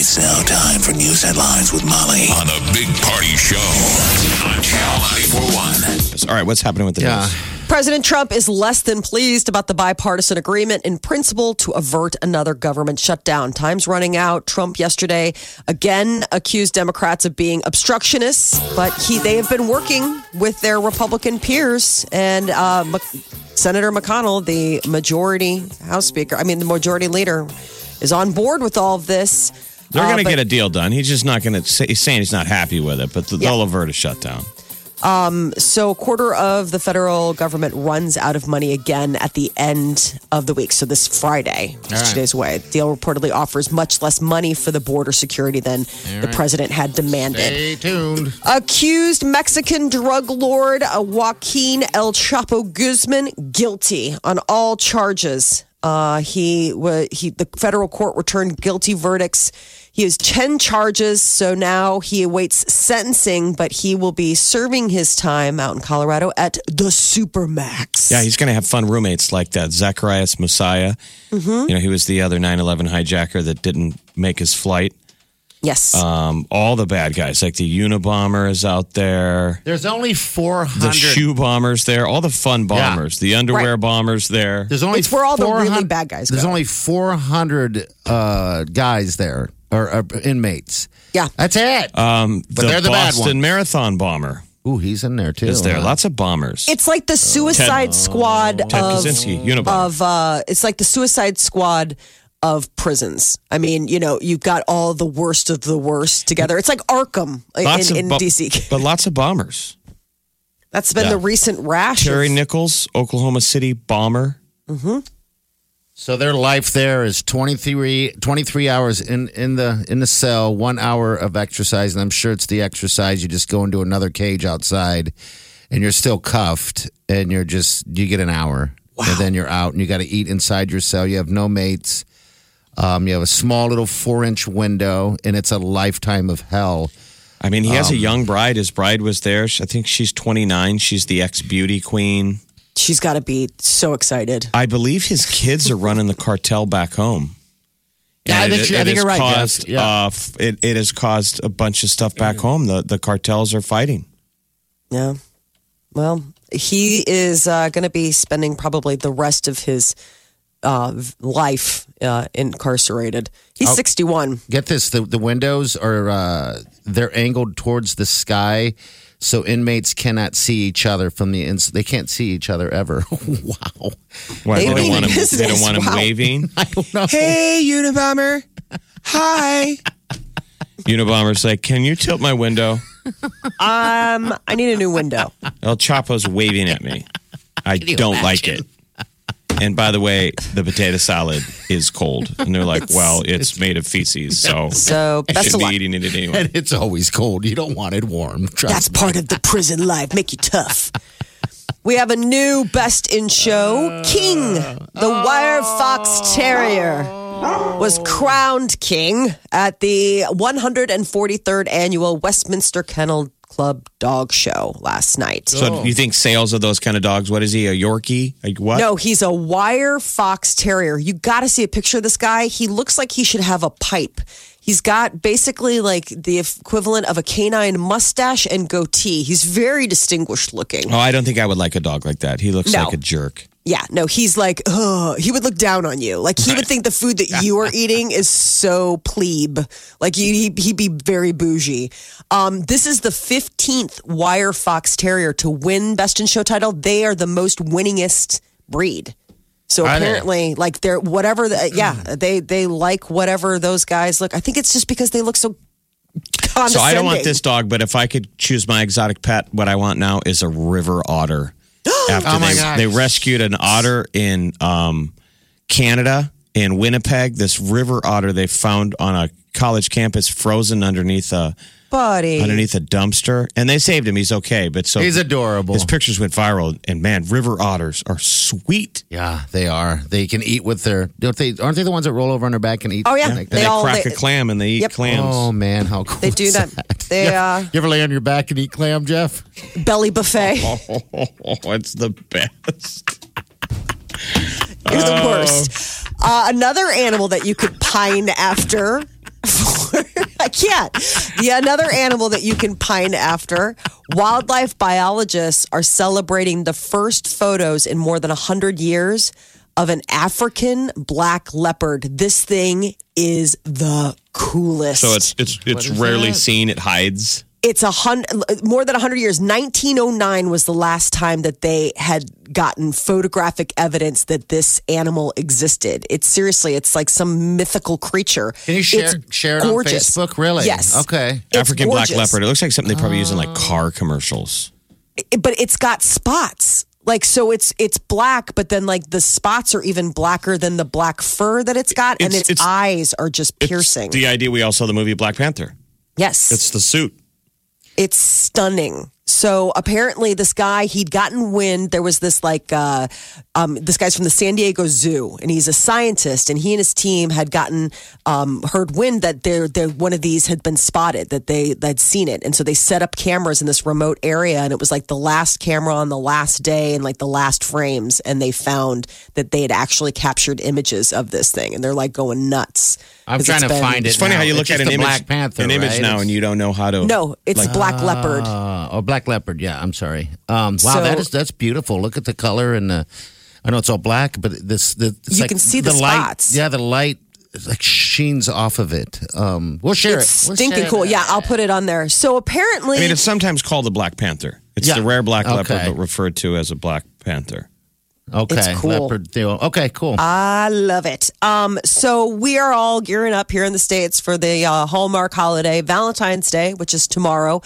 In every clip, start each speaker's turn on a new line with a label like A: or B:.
A: It's now time for news headlines with Molly on the Big Party Show on Channel 941.
B: All right, what's happening with the
C: Yeah.
B: news?
D: President Trump is less than pleased about the bipartisan agreement in principle to avert another government shutdown. Time's running out. Trump yesterday again accused Democrats of being obstructionists, but he they have been working with their Republican peers and uh, Mc- Senator McConnell, the majority House Speaker, I mean the majority leader, is on board with all of this.
B: They're
D: Uh,
B: going to
D: but-
B: get a deal done. He's just not going to say, he's saying he's not happy with it, but th-
D: Yeah.
B: they'll avert a shutdown.
D: So, a quarter of the federal government runs out of money again at the end of the week. So, this Friday, just two
C: right.
D: days away, the deal reportedly offers much less money for the border security than the president had demanded.
C: Stay tuned.
D: Accused Mexican drug lord uh, Joaquin El Chapo Guzman guilty on all charges. Uh, he wa he the federal court returned guilty verdicts. He has ten charges, so now he awaits sentencing, but he will be serving his time out in Colorado at the Supermax.
B: Yeah, he's going to have fun roommates like that. Zacharias Messiah. You know, he was the other 9 11 hijacker that didn't make his flight.
D: yes.
B: Um, all the bad guys, like the Unabomber is out there,
C: There's only
B: the
C: 400.
B: shoe bombers there, all the fun bombers, the underwear bombers there.
C: There's only
D: It's where all the really
C: 400
D: bad guys
C: There's
D: go.
C: only 400 uh, guys there or, uh inmates.
D: Yeah.
C: That's it.
B: Um,
C: But they're the bad
B: Boston
C: ones.
B: Marathon bomber
C: Ooh, he's in there too.
B: is there.
C: huh?
B: Lots of bombers.
D: it's like the Suicide Squad
B: Ted uh,
D: of
B: Kaczynski, Unabomber.
D: of uh, it's like the Suicide Squad of prisons. I mean, you know, you've got all the worst of the worst together. It's like Arkham in,
B: lots
D: in
B: of bo-
D: DC.
B: But lots of bombers.
D: That's been
B: yeah.
D: the recent rash. of-
B: Terry Nichols, Oklahoma City bomber.
C: So their life there is 23, 23 hours in, in the in the cell, one hour of exercise, and I'm sure it's the exercise. You just go into another cage outside, and you're still cuffed, and you're just you get an hour, and then you're out, and you got to eat inside your cell. You have no mates. Um, you have a small little four inch window, and it's a lifetime of hell.
B: I mean, he has a
C: Um,
B: young bride. His bride was there. She- I think she's 29. She's the ex beauty queen.
D: She's got to be so excited.
B: I believe his kids are running the cartel back home.
C: Yeah, I
B: And
C: think you- I think
B: has
C: you're right,
B: Caused,
C: Jeff. Yeah.
B: uh, f- it, it has caused a bunch of stuff back home. The the cartels are fighting.
D: Yeah. Well, he is uh, going to be spending probably the rest of his uh, v- life uh, incarcerated.
B: Oh.
D: He's 61.
C: Get this: the the windows are uh, they're angled towards the sky. So inmates cannot see each other from the ins. They can't see each other ever. wow.
B: Why,
D: They
B: they, don't
D: mean
B: want him, they don't
D: business.
B: want him
D: Wow.
B: waving. Hey, Unabomber. Hi. Unabomber's like, can you tilt my window?
D: Um, I need a new window.
B: El Chapo's waving at me. I don't like it. And by the way, the potato salad is cold. And they're like, well, it's, made of feces, so,
D: So
B: I
D: best
B: should
D: of
B: be
D: luck.
B: eating it anyway.
C: And it's always cold. You don't want it warm. Trust
D: That's part of the prison life. Make you tough. We have a new best in show. King, the Wire Fox Terrier, was crowned king at the 143rd annual Westminster Kennel Club Dog Show last night.
B: So you think sales of those kind of dogs, what is he, a Yorkie? Like what?
D: No, he's a wire fox terrier. You got to see a picture of this guy. He looks like he should have a pipe. He's got basically like the equivalent of a canine mustache and goatee. He's very distinguished looking.
B: Oh, I don't think I would like a dog like that. He looks
D: No.
B: like a jerk.
D: Yeah, no, he's like, Ugh. he would look down on you. Like he would think the food that you are eating is so plebe. Like you, he, he'd be very bougie. Um, this is the 15th Wire Fox Terrier to win Best in Show title. They are the most winningest breed. So
C: Are they?
D: apparently, like they're whatever. The, yeah,
B: Hmm.
D: they they like whatever those guys look. I think it's just because they look so. Condescending.
B: So I don't want this dog, but if I could choose my exotic pet, what I want now is a river otter. After
C: Oh my
B: they,
C: gosh.
B: they rescued an otter in um, Canada in Winnipeg, this river otter they found on a college campus frozen underneath a
D: buddy.
B: underneath a dumpster, and they saved him. He's okay, but so
C: He's adorable.
B: His pictures went viral, and man, river otters are sweet.
C: yeah, they are. They can eat with their. Don't they? Aren't they the ones that roll over on their back and eat?
D: Oh, yeah.
C: Like
B: They,
D: They
C: that?
D: all-
B: crack
D: they-
B: a clam and they eat
D: Yep.
B: clams.
C: oh man, how cool!
D: They do
C: is
D: that. They
C: You ever-
D: uh,
C: You ever lay on your back and eat clam, Jeff?
D: belly buffet.
B: Oh, it's the best.
D: You're the
B: Oh.
D: worst. Uh, another animal that you could pine after. I can't. Yeah, another animal that you can pine after. Wildlife biologists are celebrating the first photos in more than 100 years of an African black leopard. This thing is the coolest.
B: So it's it's it's rarely seen. It hides.
D: it's a hundred more than 100 years 1909 was the last time that they had gotten photographic evidence that this animal existed it's seriously it's like some mythical creature
C: Can you share,
D: It's
C: share it on
D: gorgeous.
C: Facebook? Really?
D: yes
C: Okay.
D: It's
B: African black
D: gorgeous. Oh.
B: leopard. It looks like something they probably use in like car commercials.
D: It- but it's got spots like so it's it's black but then like the spots are even blacker than the black fur that it's got and its,
B: It's- it's-
D: eyes are just
B: It's
D: piercing
B: the idea we all saw the movie Black Panther.
D: yes
B: It's the suit.
D: It's stunning. So apparently, this guy he'd gotten wind. There was this like uh, um, this guy's from the San Diego Zoo, and he's a scientist. And he and his team had gotten um, heard wind that there there one of these had been spotted that they they'd seen it, and so they set up cameras in this remote area, and it was like the last camera on the last day and like the last frames, and they found that they had actually captured images of this thing, and they're like going nuts.
C: I'm
D: 'Cause
C: trying to
D: been-
C: find it.
B: It's funny
C: now.
B: how you look at
C: It's
B: an
C: just a
B: image,
C: Black Panther,
B: an image
C: right?
B: now,
C: It's-
B: and you don't know how to.
D: No, it's black leopard.
C: Uh, oh, black leopard. Yeah, I'm sorry. Um, wow,
D: So-
C: that is that's beautiful. Look at the color and the. I know it's all black, but this the it's
D: You
C: like
D: can see the
C: light.
D: spots.
C: Yeah, the light like sheens off of it. Um, we'll share
D: It's
C: it. We'll
D: stinking
C: share
D: cool.
C: it.
D: Yeah, I'll put it on there. So apparently,
B: I mean, it's sometimes called the Black Panther. It's
C: Yeah.
B: the rare black
C: Okay.
B: leopard, but referred to as a Black Panther.
C: Okay,
D: it's cool. Uh,
C: leopard deal. Okay, cool.
D: I love it. Um, so we are all gearing up here in the states for the uh, Hallmark holiday, Valentine's Day, which is tomorrow.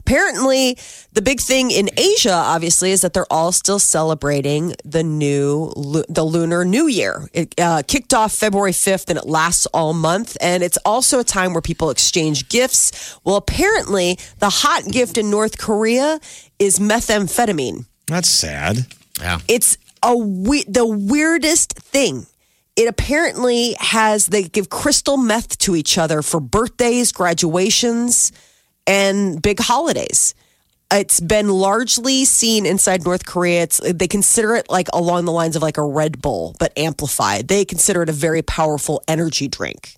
D: Apparently, the big thing in Asia, obviously, is that they're all still celebrating the new lu- the Lunar New Year. It uh, kicked off February fifth, and it lasts all month. And it's also a time where people exchange gifts. Well, apparently, the hot gift in North Korea is methamphetamine
B: That's sad.
C: yeah.
D: it's a we- the weirdest thing. It apparently has they give crystal meth to each other for birthdays, graduations, and big holidays. It's been largely seen inside North Korea. It's they consider it like along the lines of like a Red Bull, but amplified. They consider it a very powerful energy drink.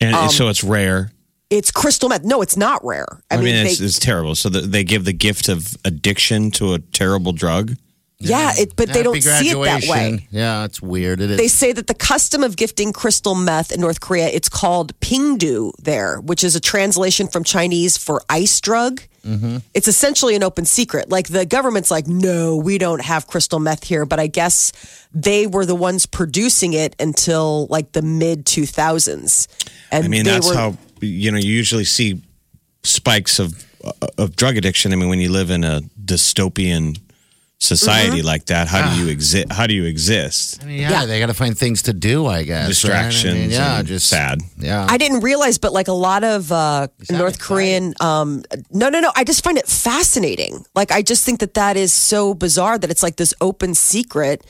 B: And
D: Um,
B: so it's rare.
D: It's crystal meth. No, it's not rare.
B: I
D: I,
B: mean,
D: mean,
B: it's,
D: they,
B: it's terrible. So the, they give the gift of addiction to a terrible drug.
D: yeah, it, but they
C: Happy
D: don't see it that way.
C: graduation. Yeah, it's weird. It is.
D: they say that the custom of gifting crystal meth in North Korea, it's called pingdu there, which is a translation from Chinese for ice drug.
B: Mm-hmm.
D: It's essentially an open secret. Like the government's like, no, we don't have crystal meth here. But I guess they were the ones producing it until like the mid 2000s. And
B: I mean,
D: they
B: that's
D: were,
B: how you know you usually see spikes of uh, of drug addiction. I mean, when you live in a dystopian society like that, how do you exist? How do you exist?
C: Mm-hmm. Ah. I mean, yeah, they got to find things to do. I guess right? I
B: Distractions.
C: mean, yeah,
B: and
C: just
B: sad.
C: Yeah.
D: I didn't realize, but like a lot of uh, North Korean, um, no, no, no. I just find it fascinating. Like, I just think that that is so bizarre that it's like this open secret.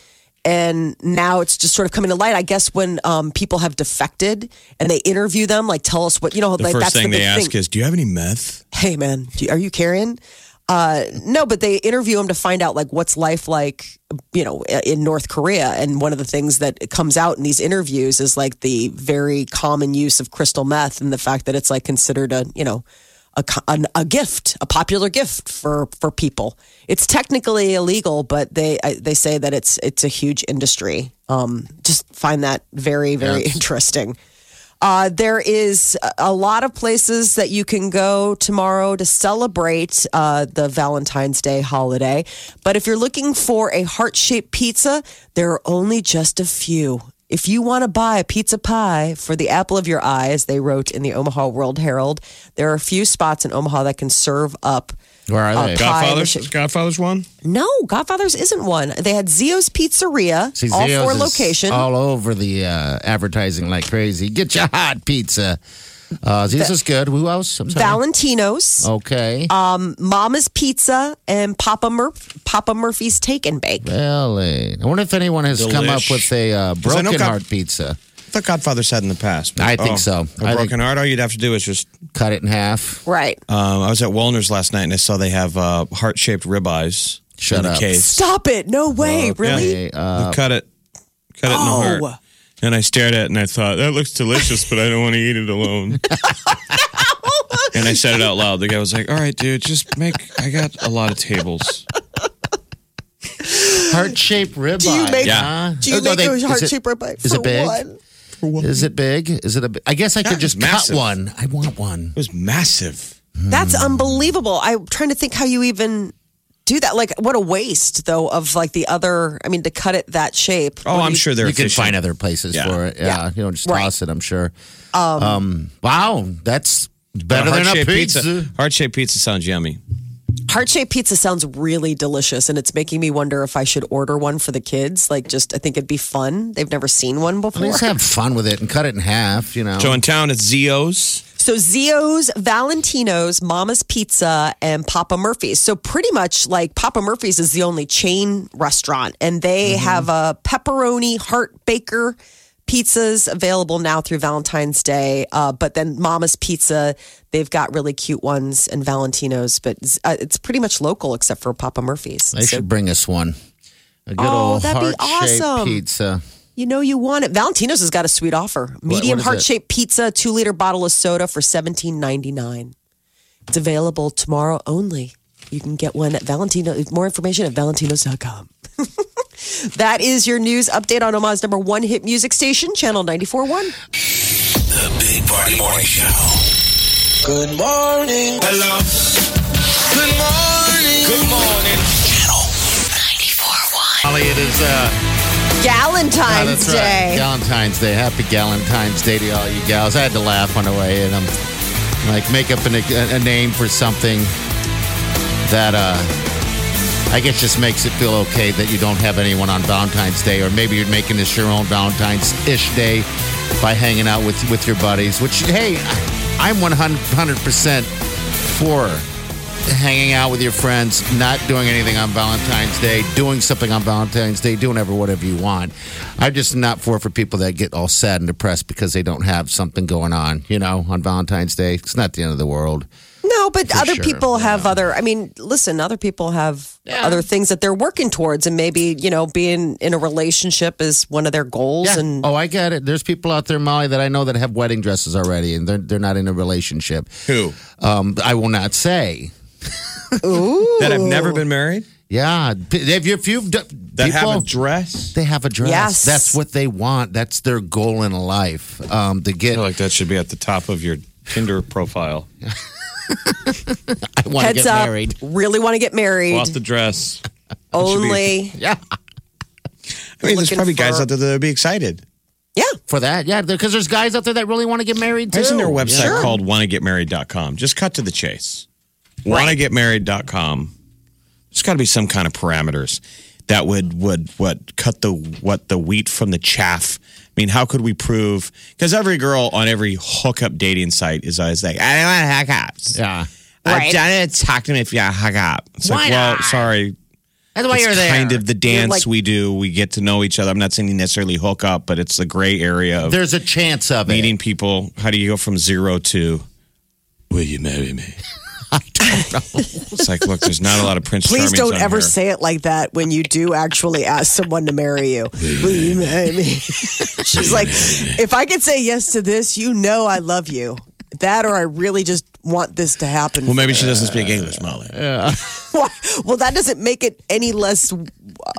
D: And now it's just sort of coming to light. I guess when um, people have defected and they interview them, like, tell us what, you know,
B: The
D: like
B: first
D: that's
B: thing
D: the
B: they
D: big
B: ask
D: thing.
B: is, "Do you have any meth?"
D: hey, man, do you- are you carrying? Uh, no, but they interview them to find out like what's life like, you know, in North Korea. And one of the things that comes out in these interviews is like the very common use of crystal meth and the fact that it's like considered a, you know, a, co- an, a gift, a popular gift for for people. It's technically illegal, but they I, they say that it's it's a huge industry. Um, just find that very very interesting. Uh, there is a- a lot of places that you can go tomorrow to celebrate uh, the Valentine's Day holiday. But if you're looking for a heart shaped pizza, there are only just a few. If you want to buy a pizza pie for the apple of your eye, as they wrote in the Omaha World Herald, there are a few spots in Omaha that can serve up.
C: Where are they?
D: pie
B: Godfather's
D: machine.
B: is Godfather's one.
D: No, Godfather's isn't one. They had Zio's Pizzeria,
C: See,
D: all
C: Zio's
D: four
C: is
D: locations.
C: all over the uh, advertising like crazy. Get your hot pizza. Uh, this is good. Who else? I'm sorry.
D: Valentino's,
C: Okay.
D: Uh, Mama's Pizza, and Papa Murph- Papa Murphy's Take and Bake.
C: Really? I wonder if anyone has come up
B: Delish.
C: with a uh,
B: 'Cause I know
C: broken
B: Cop-
C: heart pizza.
B: I thought Godfather's had in the past. but- oh,
C: I think so.
B: A
C: I
B: broken
C: think-
B: heart. All you'd have to do is just.
C: Cut it in half.
D: Right.
B: Um, I was at Wellner's last night and I saw they have uh, heart shaped ribeyes.
C: Shut
B: in the
C: up.
B: Case.
D: Stop it. No way. really?
C: Okay, uh,
B: You cut it. Cut it in the
D: Oh.
B: heart. And I stared at it and I thought, that looks delicious, but I don't want to eat it alone. and I said it out loud. The guy was like, all right, dude, just make, I got a lot of tables.
C: heart shaped ribeye.
D: Do you make
B: Yeah.
D: do you
C: Oh, no,
D: make
C: they-
D: those
C: is
D: heart
C: it-
D: shaped ribeye
C: is
D: for
C: it big?
D: one?
C: Is it big? Is it a? bi- I guess I could
B: Yeah, it's
C: just
B: massive.
C: cut one. I want one.
B: It was massive.
C: Hmm.
D: That's unbelievable. I'm trying to think how you even do that. Like what a waste though of like the other I mean to cut it that shape.
B: Oh, I'm sure they're
C: you can
B: efficient.
C: find other places
B: Yeah.
C: for it. Yeah,
D: Yeah.
C: you don't just
D: Right.
C: toss it. I'm sure. Um, wow, that's better than a
B: Heart-shaped
C: pizza.
B: Heart shaped pizza sounds yummy.
D: Heart shaped pizza sounds really delicious and it's making me wonder if I should order one for the kids. Like just I think it'd be fun. They've never seen one
C: At
D: before.
C: least have fun with it and cut it in half. You know.
B: So in town, it's Zio's.
D: So Zio's, Valentino's, Mama's Pizza, and Papa Murphy's. So pretty much like Papa Murphy's is the only chain restaurant, and they
C: Mm-hmm.
D: have a pepperoni heart baker pizzas available now through Valentine's Day. Uh, but then Mama's Pizza, they've got really cute ones, and Valentino's, but z- uh, it's pretty much local except for Papa Murphy's.
C: they
D: So
C: should bring us one. A good
D: Oh,
C: old
D: that'd be
C: heart shaped
D: awesome.
C: pizza.
D: you know you want it. Valentino's has got a sweet offer:
C: what
D: medium
C: is it?
D: heart shaped pizza, two liter bottle of soda for seventeen ninety nine. It's available tomorrow only. You can get one at Valentino. More information at valentinos.com. that is your news update on Omaha's number one hit music station, Channel 94.1.
A: The Big Party Morning Show. Good morning. Hello. Good morning. Good morning. Channel 94.1.
C: Molly, it is uh, Oh,
D: Galentine's
C: that's Right.
D: Day.
C: Galentine's Day. Happy Galentine's Day to all you gals. I had to laugh on the way in. I'm like, make up an, a, a name for something that uh, I guess just makes it feel okay that you don't have anyone on Valentine's Day, or maybe you're making this your own Valentine's ish day by hanging out with with your buddies. Which, hey, I'm 100% for hanging out with your friends, not doing anything on Valentine's Day, doing something on Valentine's Day, doing ever whatever you want. I'm just not for for people that get all sad and depressed because they don't have something going on, you know, on Valentine's Day. It's not the end of the world.
D: No, but other
C: sure,
D: people have other. I mean, listen, other people have other things that they're working towards, and maybe you know, being in a relationship is one of their goals. And
C: oh, I get it. There's people out there, Molly, that I know that have wedding dresses already, and they're they're not in a relationship.
B: Who?
C: Um, I will not say.
B: That have never been married?
C: Yeah, if, you, if you've done
B: That
C: people,
B: have a dress?
C: they have a dress.
D: Yes.
C: That's what they want. That's their goal in life. Um, to get
B: I feel like that should be at the top of your Tinder profile.
C: I want to
D: heads
C: get
D: up,
C: married.
D: really want to get married.
B: Bought the dress.
D: only
C: Yeah.
B: I mean, there's
D: Looking
B: probably guys
D: for-
B: out there that would be excited.
D: yeah
C: for that. Yeah, because there's guys out there that really want to get married too.
B: Isn't there a website
C: Yeah.
B: called wannagetmarried.com? Just cut to the chase. Wannagetmarried.com. There's got to be some kind of parameters that would would what cut the what the wheat from the chaff. I mean, how could we prove? Because every girl on every hookup dating site is always like, "I don't want hookups.
C: Yeah.
B: I don't talk to me if you hook up." It's like,
C: Why
B: well,
C: not?
B: sorry,
C: That's why you're
B: it's
C: there.
B: kind of the dance
D: like-
B: we do. We get to know each other. I'm not saying you necessarily hook up, but it's the gray area of
C: There's a chance of
B: meeting people. How do you go from zero to? Will you marry me? It's like, look, there's not a lot of Prince.
D: please
B: Charmings
D: don't
B: on
D: ever
B: here.
D: say it like that when you do actually ask someone to marry you will you marry me she's like if i could say yes to this you know i love you that or i really just want this to happen
B: Well, maybe she doesn't speak English, Molly.
D: Why- well that doesn't make it any less uh,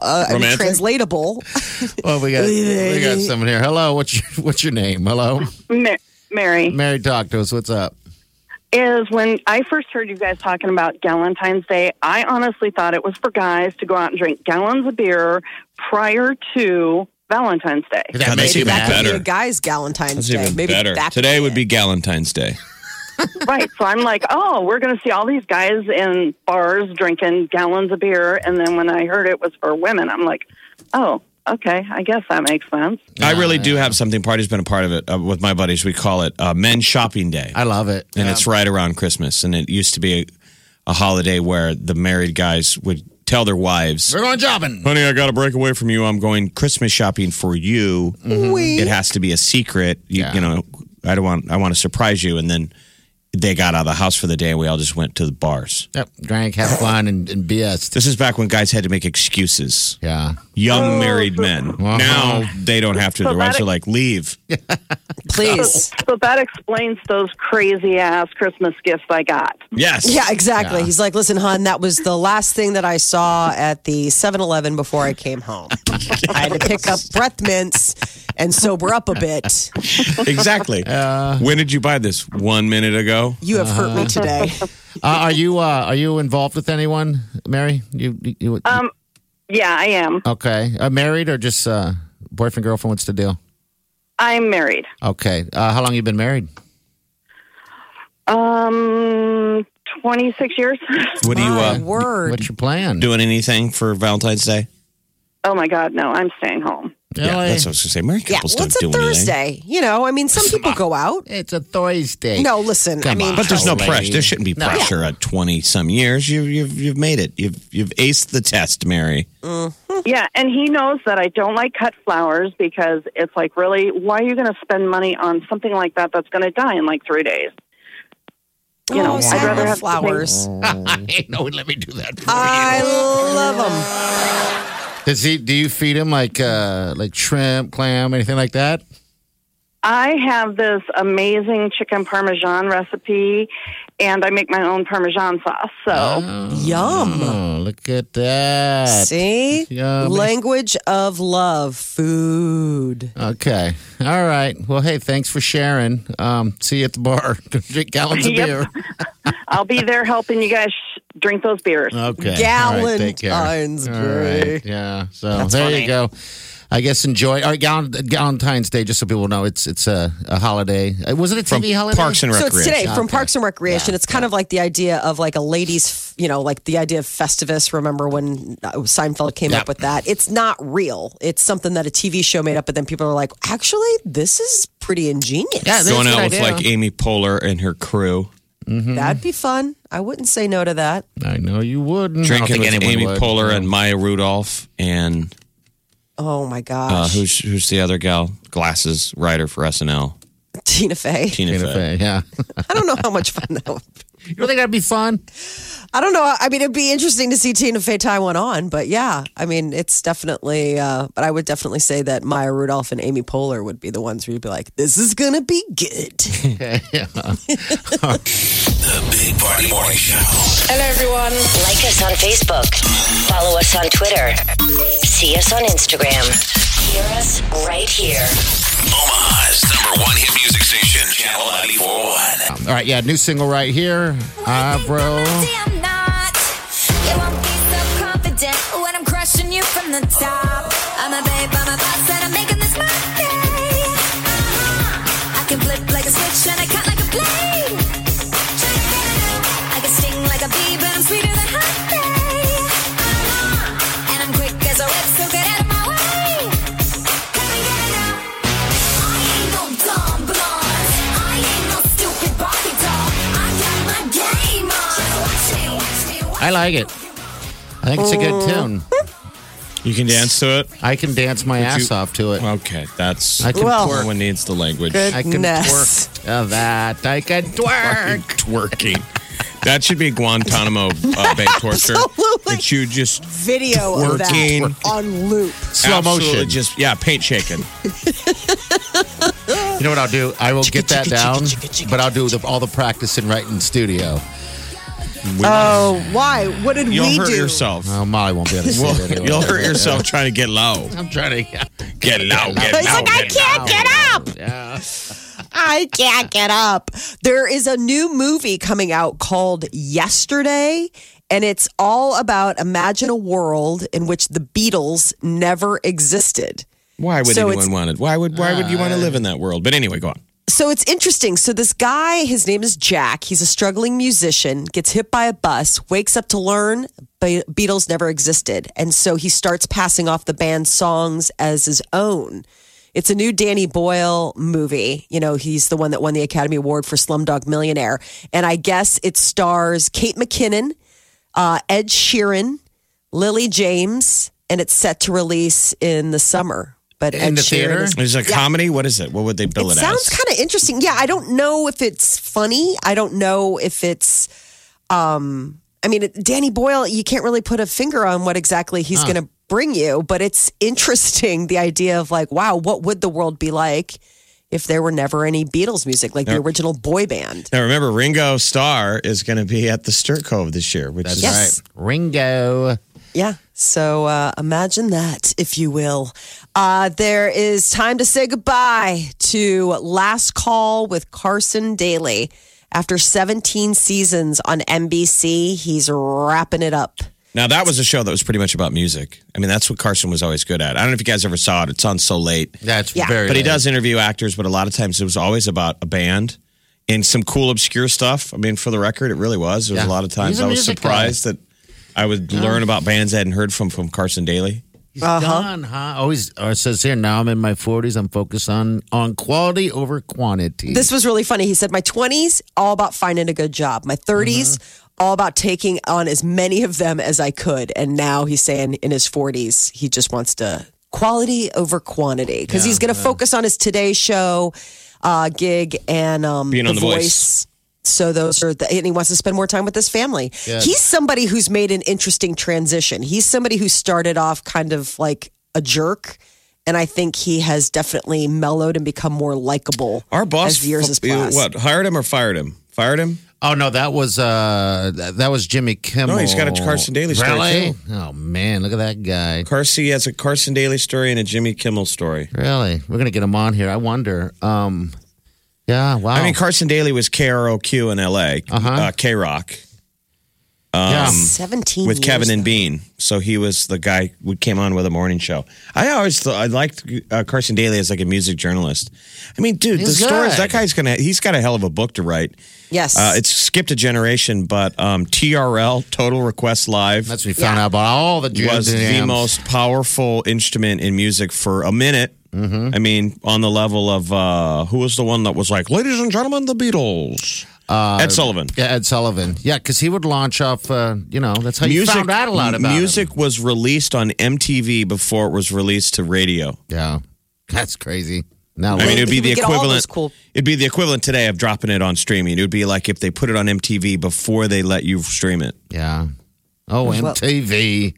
D: I mean,
B: Romantic?
D: translatable
C: it. Well, we got we got someone here. Hello, what's your what's your name? Hello,
E: Ma- Mary,
C: Mary. Talk to us. What's up?
E: is when I first heard you guys talking about Galentine's Day, I honestly thought it was for guys to go out and drink gallons of beer prior to Valentine's Day.
B: God, that's
D: Maybe
B: even
D: that could be
B: better.
D: a guy's
B: That's
D: Galentine's Day.
B: even
D: Maybe
B: better.
D: that could
B: Today
D: be
B: would
D: it.
B: be Galentine's Day.
E: right. So I'm like, oh, we're going to see all these guys in bars drinking gallons of beer. And then when I heard it was for women, I'm like, oh, okay. I guess that makes sense.
B: I really do have something. Party's been a part of it uh, with my buddies. We call it uh, Men's Shopping Day.
C: I love it.
B: and it's right around Christmas. And it used to be a, a holiday where the married guys would tell their wives,
C: We're going jobbing.
B: "Honey, I got to break away from you. I'm going Christmas shopping for you.
D: Mm-hmm.
B: It has to be a secret. You,
C: Yeah.
B: you know, I don't want. I want to surprise you." And then they got out of the house for the day, and we all just went to the bars.
C: Yep. Drank, had fun, and, and BS.
B: This is back when guys had to make excuses.
C: Yeah.
B: Young
D: Oh.
B: married men. Now they don't have to.
E: So
B: Their wives
E: that-
B: are like, "Leave." Oh.
D: Please.
E: So that explains those crazy ass Christmas gifts I got.
B: Yes.
D: Yeah, exactly. He's like, listen, hon, that was the last thing that I saw at the 7 Eleven before I came home. I had to pick up breath mints and sober up a bit.
B: Exactly.
D: Uh.
B: when did you buy this? One minute ago.
D: You have hurt me today.
C: Uh, are you uh, are you involved with anyone, Mary? You, you, you-
E: Yeah, I am.
C: okay? Uh, married or just uh, boyfriend girlfriend? What's the deal?
E: I'm married.
C: Okay. Uh, how long you been married?
E: Um, 26 years.
B: What do you
D: My
B: uh,
D: word.
C: What's your plan?
B: doing anything for Valentine's Day?
E: oh my God, no, I'm staying home.
C: Really?
B: that's what I was gonna say. Married
D: yeah,
B: couples
D: well, it's
B: don't do
D: a
B: anything.
D: Thursday. You know, I mean, some people go out.
C: it's a Thursday.
D: No, listen, I
C: Come
D: mean,
C: on.
B: But there's no
C: Lady.
B: pressure. There shouldn't be pressure at twenty some years. You, you've you've made it. You've you've aced the test, Mary.
E: Yeah, and he knows that I don't like cut flowers because it's like, really, why are you going to spend money on something like that that's going to die in like three days? You know,
D: oh,
E: I'd rather have
D: flowers.
C: Oh, Ain't no, one let me do that.
D: Uh,
C: For
D: I love them.
C: you. Does he? Do you feed him like uh, like shrimp, clam, anything like that?
E: I have this amazing chicken parmesan recipe, and I make my own parmesan sauce. So
D: Yum.
C: Oh, look at that.
D: See?
C: Yummy.
D: Language of love, food.
C: Okay. All right. Well, hey, thanks for sharing. Um, see you at the bar. Go Drink gallons of
E: Yep.
C: beer.
E: I'll be there helping you guys drink those beers.
C: Okay. All right, take care.
D: Galentine's
C: All right.
D: Day.
C: Yeah. So there you go. I guess enjoy. All right, Gal- Galentine's Day, just so people know, it's it's a, a holiday. Uh, Was it a TV holiday?
B: Parks and
D: So
B: Recreation.
D: it's today from Parks and Recreation. It's kind of like the idea of like a ladies, you know, like the idea of Festivus. Remember when uh, Seinfeld came
C: Yeah.
D: up with that? It's not real. It's something that a TV show made up, but then people are like, actually, this is pretty ingenious.
C: Yeah, that's
B: Going
C: a
B: out
C: good
B: with
C: idea.
B: like Amy Poehler and her crew, Mm-hmm.
D: That'd be fun. I wouldn't say no to that.
C: I know you wouldn't. I
B: drinking
C: don't think
B: with
C: anyone
B: Amy
C: would.
B: Poehler
C: Yeah.
B: and Maya Rudolph, and
D: Oh my
B: uh,
D: gosh,
B: who's who's the other gal? Glasses writer for SNL,
D: Tina Fey.
B: Tina,
C: Tina
B: Fey.
C: Fey, Yeah.
D: I don't know how much fun that would. Be.
C: you don't think that'd be fun?
D: I don't know. I mean, it'd be interesting to see Tina Fey Taiwan on, but yeah, I mean, it's definitely. Uh, but I would definitely say that Maya Rudolph and Amy Poehler would be the ones who would be like, "This is gonna be good."
A: The Big Party Morning Show.
F: Hello, everyone.
G: Like us on Facebook. Follow us on Twitter. See us on Instagram. Hear us right here.
A: Omaha's number one hit music station, Channel 941.
C: All right. Yeah. New single right here. Avro.
H: I'm not. You won't be so confident when I'm crushing you from the top. I'm a babe, I'm a boss, and I'm making this my day. Uh-huh. I can flip like a switch and I cut like a blade. I can sting like a bee, but I'm sweeter than honey. Uh-huh. And I'm quick as a whip, so get out of my way. Come and get it now. I ain't no dumb blonde. I ain't no stupid Barbie doll. I got my game on. Watch me, watch me, watch
C: I like it. I think it's a good tune.
B: You can dance to it.
C: I can dance my ass
B: you-
C: off to it.
B: Okay, that's
C: I can
D: Well-
C: twerk.
B: everyone needs the language.
C: I can
D: Goodness.
C: twerk to that. I can twerk.
B: Twerking. That should be Guantanamo uh, Bay torture.
D: Absolutely.
B: That you just
D: video of
B: Twerking.
D: that on loop.
C: Slow
B: absolutely
C: motion.
B: Just yeah, paint shaking.
C: You know what I'll do? I will get that down, but I'll do the, all the practicing right in studio.
D: Oh, why? What did
B: You'll
D: we
B: hurt
D: do?
B: yourself.
C: Oh, Molly won't be able to see that anyway.
B: You'll hurt
D: uh,
B: yourself trying to get low.
C: I'm trying to.
B: Get low. Get low.
D: He's like, I
B: get
D: can't get up.
C: Yeah.
D: I can't get up. There is a new movie coming out called Yesterday, and it's all about imagine a world in which the Beatles never existed.
B: Why would
D: So
B: anyone
D: it's-
B: want it? Why would why would you want to live in that world? But anyway, go on.
D: So it's interesting. So this guy, his name is Jack. He's a struggling musician, gets hit by a bus, wakes up to learn Be- Beatles never existed. And so he starts passing off the band's songs as his own. It's a new Danny Boyle movie. You know, he's the one that won the Academy Award for Slumdog Millionaire. And I guess it stars Kate McKinnon, uh, Ed Sheeran, Lily James, and it's set to release in the summer. But
C: In
D: Ed
C: the
D: Sheeran
C: theater?
D: is
B: Is it a comedy? What is it? What would they bill it, as?
D: sounds kind of interesting. Yeah, I don't know if it's funny. I don't know if it's. Um, I mean, it- Danny Boyle, you can't really put a finger on what exactly he's going to bring you, but it's interesting the idea of like, wow, what would the world be like if there were never any Beatles music, like the original boy band?
B: now remember, Ringo Starr is going to be at the Sturt Cove this year, which is
C: That's
D: Yes.
C: right. Ringo.
D: Yeah. So uh, imagine that, if you will. Uh, there is time to say goodbye to Last Call with Carson Daly. After 17 seasons on NBC, he's wrapping it up.
B: Now that was a show that was pretty much about music. I mean, that's what Carson was always good at. I don't know if you guys ever saw it. It's on so late.
C: That's
D: Yeah.
C: very.
B: But he
C: late.
B: does interview actors, but a lot of times it was always about a band and some cool obscure stuff. I mean, for the record, it really was. There was a
C: Yeah.
B: lot of times
C: He's a
B: I was
C: music
B: surprised that I would learn about bands I hadn't heard from from Carson Daly.
C: He's done, huh? Always or it says here. Now I'm in my 40s. I'm focused on on quality over quantity.
D: This was really funny. He said, My 20s, all about finding a good job. My 30s,
B: Mm-hmm.
D: all about taking on as many of them as I could. And now he's saying in his 40s, he just wants to quality over quantity because he's going to focus on his Today Show uh, gig and um,
B: Being on The Voice.
D: So those are, the, and he wants to spend more time with his family. He's somebody who's made an interesting transition. He's somebody who started off kind of like a jerk, and I think he has definitely mellowed and become more likable.
B: Our boss,
D: as years has passed.
B: what hired him or fired him? Fired him.
C: oh no, that was uh that, that was Jimmy Kimmel.
B: he's got a Carson Daly story,
C: Really?
B: too.
C: Oh man, look at that guy.
B: Carson has a Carson Daly story and a Jimmy Kimmel story.
C: Really, we're gonna get him on here. I wonder. Um, yeah. Wow.
B: I mean, Carson Daly was KROQ in L.A. uh, K Rock.
C: yeah.
D: Seventeen
B: um, with
D: years,
B: Kevin and
D: though.
B: Bean. So he was the guy who came on with a morning show. I always thought I liked uh, Carson Daly as like a music journalist. I mean, dude,
C: He's
B: the stories
C: good.
B: that guy's gonna he's got a hell of a book to write.
D: Yes,
B: Uh, it's skipped a generation, but um, TRL Total Request Live
C: That's what we found out about all the
B: was the
C: jams.
B: most powerful instrument in music for a minute.
C: Mm-hmm.
B: I mean, on the level of uh, who was the one that was like, "Ladies and gentlemen, the Beatles."
C: Uh,
B: Ed Sullivan.
C: Yeah, Ed Sullivan. Yeah, because he would launch off. Uh, you know, that's how you found out a lot about him.
B: music was released on MTV before it was released to radio.
C: Yeah, that's crazy. Now
B: I mean,
D: Well,
B: it'd be
D: we
B: the
D: get all
B: equivalent.
D: those cool-
B: It'd be the equivalent today of dropping it on streaming. It would be like if they put it on MTV before they let you stream it.
C: yeah. Oh, MTV.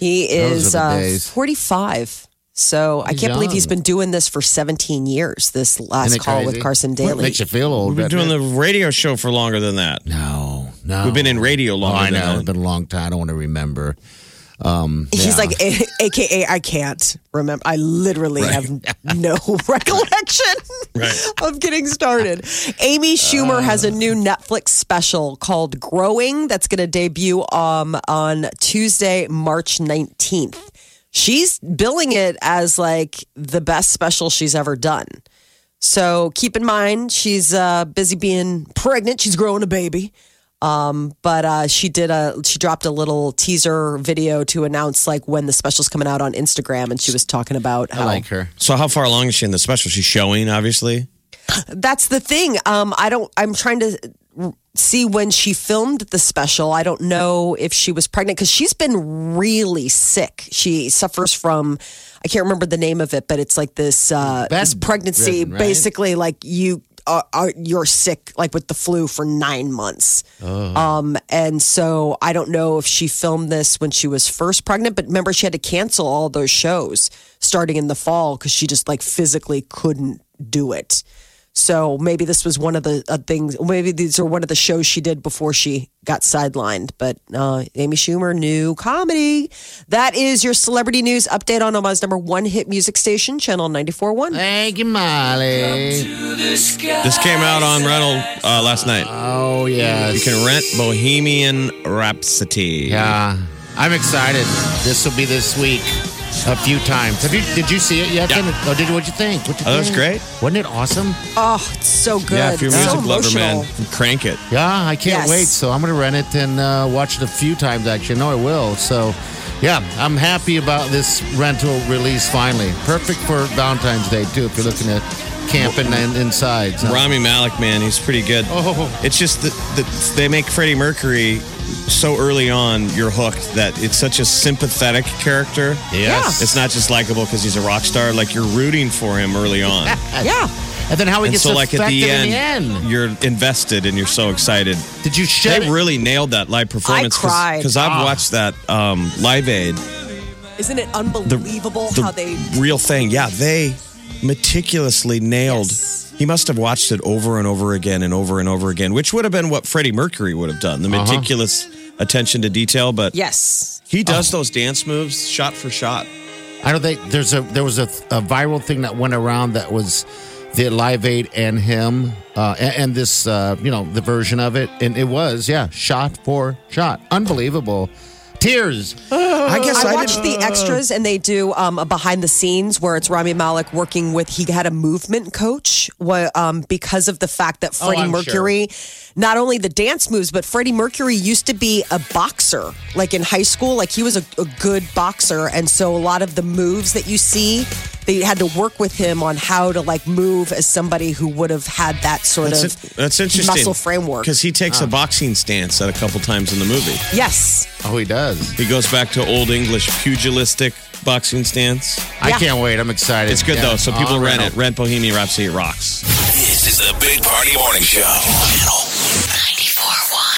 D: he
C: Those
D: is
C: are the
D: uh,
C: days.
D: forty-five. So I can't believe
C: young.
D: he's been doing this for seventeen years. This last
C: Isn't it
D: call
C: crazy?
D: with Carson
C: Well, it
D: Daly.
C: makes you feel old.
B: We've been doing
C: doesn't
B: the radio show for longer than that.
C: it? no, no.
B: We've been in radio
C: Oh,
B: longer.
C: I know. It's
B: Than that.
C: been a long time. I don't want to remember.
D: He's like, A- AKA, I can't remember. I literally have no recollection of getting started. Amy Schumer has a new Netflix special called Growing that's going to debut um, on Tuesday, March 19th. She's billing it as like the best special she's ever done. So keep in mind, she's uh, busy being pregnant. She's growing a baby. Um, but uh, she did a she dropped a little teaser video to announce like when the special's coming out on Instagram, and she was talking about how
C: I like her.
B: So how far along is she in the special? She's showing, obviously.
D: that's the thing. Um, I don't. I'm trying to see when she filmed the special. I don't know if she was pregnant because she's been really sick. She suffers from. I can't remember the name of it, but it's like this uh,
C: Bed
D: this pregnancy,
C: ridden, right?
D: basically like you are, are you're sick like with the flu for nine months. Um, and so I don't know if she filmed this when she was first pregnant, but remember she had to cancel all those shows starting in the fall because she just like physically couldn't do it. So maybe this was one of the uh, things. Maybe these are one of the shows she did before she got sidelined. But uh, Amy Schumer, new comedy. That is your celebrity news update on Omaha's number one hit music station, Channel 94.1.
C: Thank you, Molly.
B: This came out on rental uh, last night.
C: Oh
B: You
C: yes.
B: can rent Bohemian Rhapsody.
C: Yeah, I'm excited. This will be this week. a few times. Have you? Did you see it yet?
B: Yeah.
C: Or did what you think? What'd you
B: Oh, that was
C: think?
B: great.
C: Wasn't it awesome?
D: Oh, it's so good.
B: Yeah, if you're a
D: It's so
B: music lover,
D: emotional.
B: man, crank it.
C: Yeah, I can't
D: Yes.
C: wait. So I'm going to rent it and uh, watch it a few times. Actually, no, I will. So, yeah, I'm happy about this rental release finally. Perfect for Valentine's Day too, if you're looking at camping and inside. So.
B: Rami Malik, man, he's pretty good.
C: Oh.
B: It's just that that they make Freddie Mercury so early on, you're hooked that it's such a sympathetic character.
C: Yes.
B: It's not just likable because he's a rock star. Like you're rooting for him early on.
D: Yeah.
C: And then how he
B: and
C: gets
B: so, like, at the
C: affected
B: end,
C: in the end.
B: you're invested and you're so excited.
C: Did you
B: They
C: shed? it?
B: really nailed that live performance.
D: cried.
B: Because
C: Ah.
B: I've watched that um, Live Aid.
D: Isn't it unbelievable
B: the
D: how they
B: real thing. Yeah, they meticulously nailed.
D: Yes.
B: He must have watched it over and over again and over and over again, which would have been what Freddie Mercury would have done—the meticulous attention to detail. But
D: Yes.
B: he does those dance moves shot for shot.
C: I know they there's a there was a, a viral thing that went around that was the Live Aid and him uh, and, and this uh, you know the version of it and it was yeah shot for shot unbelievable tears
B: I guess I, didn't-
D: Oh, I watched the extras and they do um, a behind the scenes where it's Rami Malik working with, he had a movement coach wha- um, because of the fact that Freddie
C: I'm
D: Mercury, not only the dance moves, but Freddie Mercury used to be a boxer. Like in high school, like he was a, a good boxer. And so a lot of the moves that you see, they had to work with him on how to like move as somebody who would have had that sort
B: That's,
D: of
B: it- that's interesting.
D: muscle framework. Uh.
B: because he takes a boxing stance at a couple times in the movie.
D: Yes.
C: oh he does
B: He goes back to old English pugilistic boxing stance.
C: I
D: Yeah.
C: can't wait I'm excited
B: It's good
C: Yeah. Oh, Uh,
B: though, so people
C: I'll
B: rent
C: rent
B: it. Rent Bohemian Rhapsody it rocks.
A: This is the Big Party Morning Show. Channel